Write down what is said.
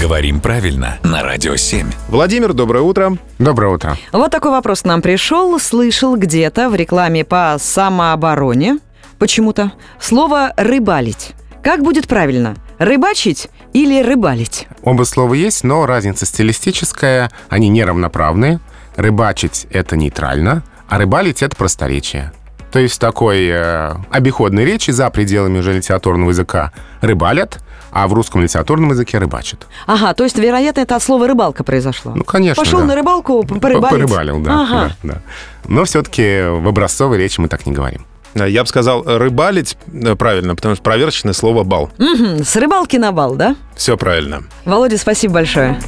Говорим правильно на Радио 7. Владимир, доброе утро. Доброе утро. Вот такой вопрос нам пришел. Слышал где-то в рекламе по самообороне почему-то слово «рыбалить». Как будет правильно? Рыбачить или рыбалить? Оба слова есть, но разница стилистическая, они неравноправны. Рыбачить — это нейтрально, а рыбалить — это просторечие. То есть в такой э, обиходной речи за пределами уже литературного языка рыбалят, а в русском литературном языке рыбачат. Ага, то есть, вероятно, это от слова «рыбалка» произошло. Ну, конечно, Пошел да. на рыбалку, п- порыбалить. Порыбалил, да, Ага. да, да. Но все-таки в образцовой речи мы так не говорим. А, Я бы сказал рыбалить э, правильно, потому что проверочное слово бал. Мгм, С рыбалки на бал, да? Все правильно. Володя, спасибо большое.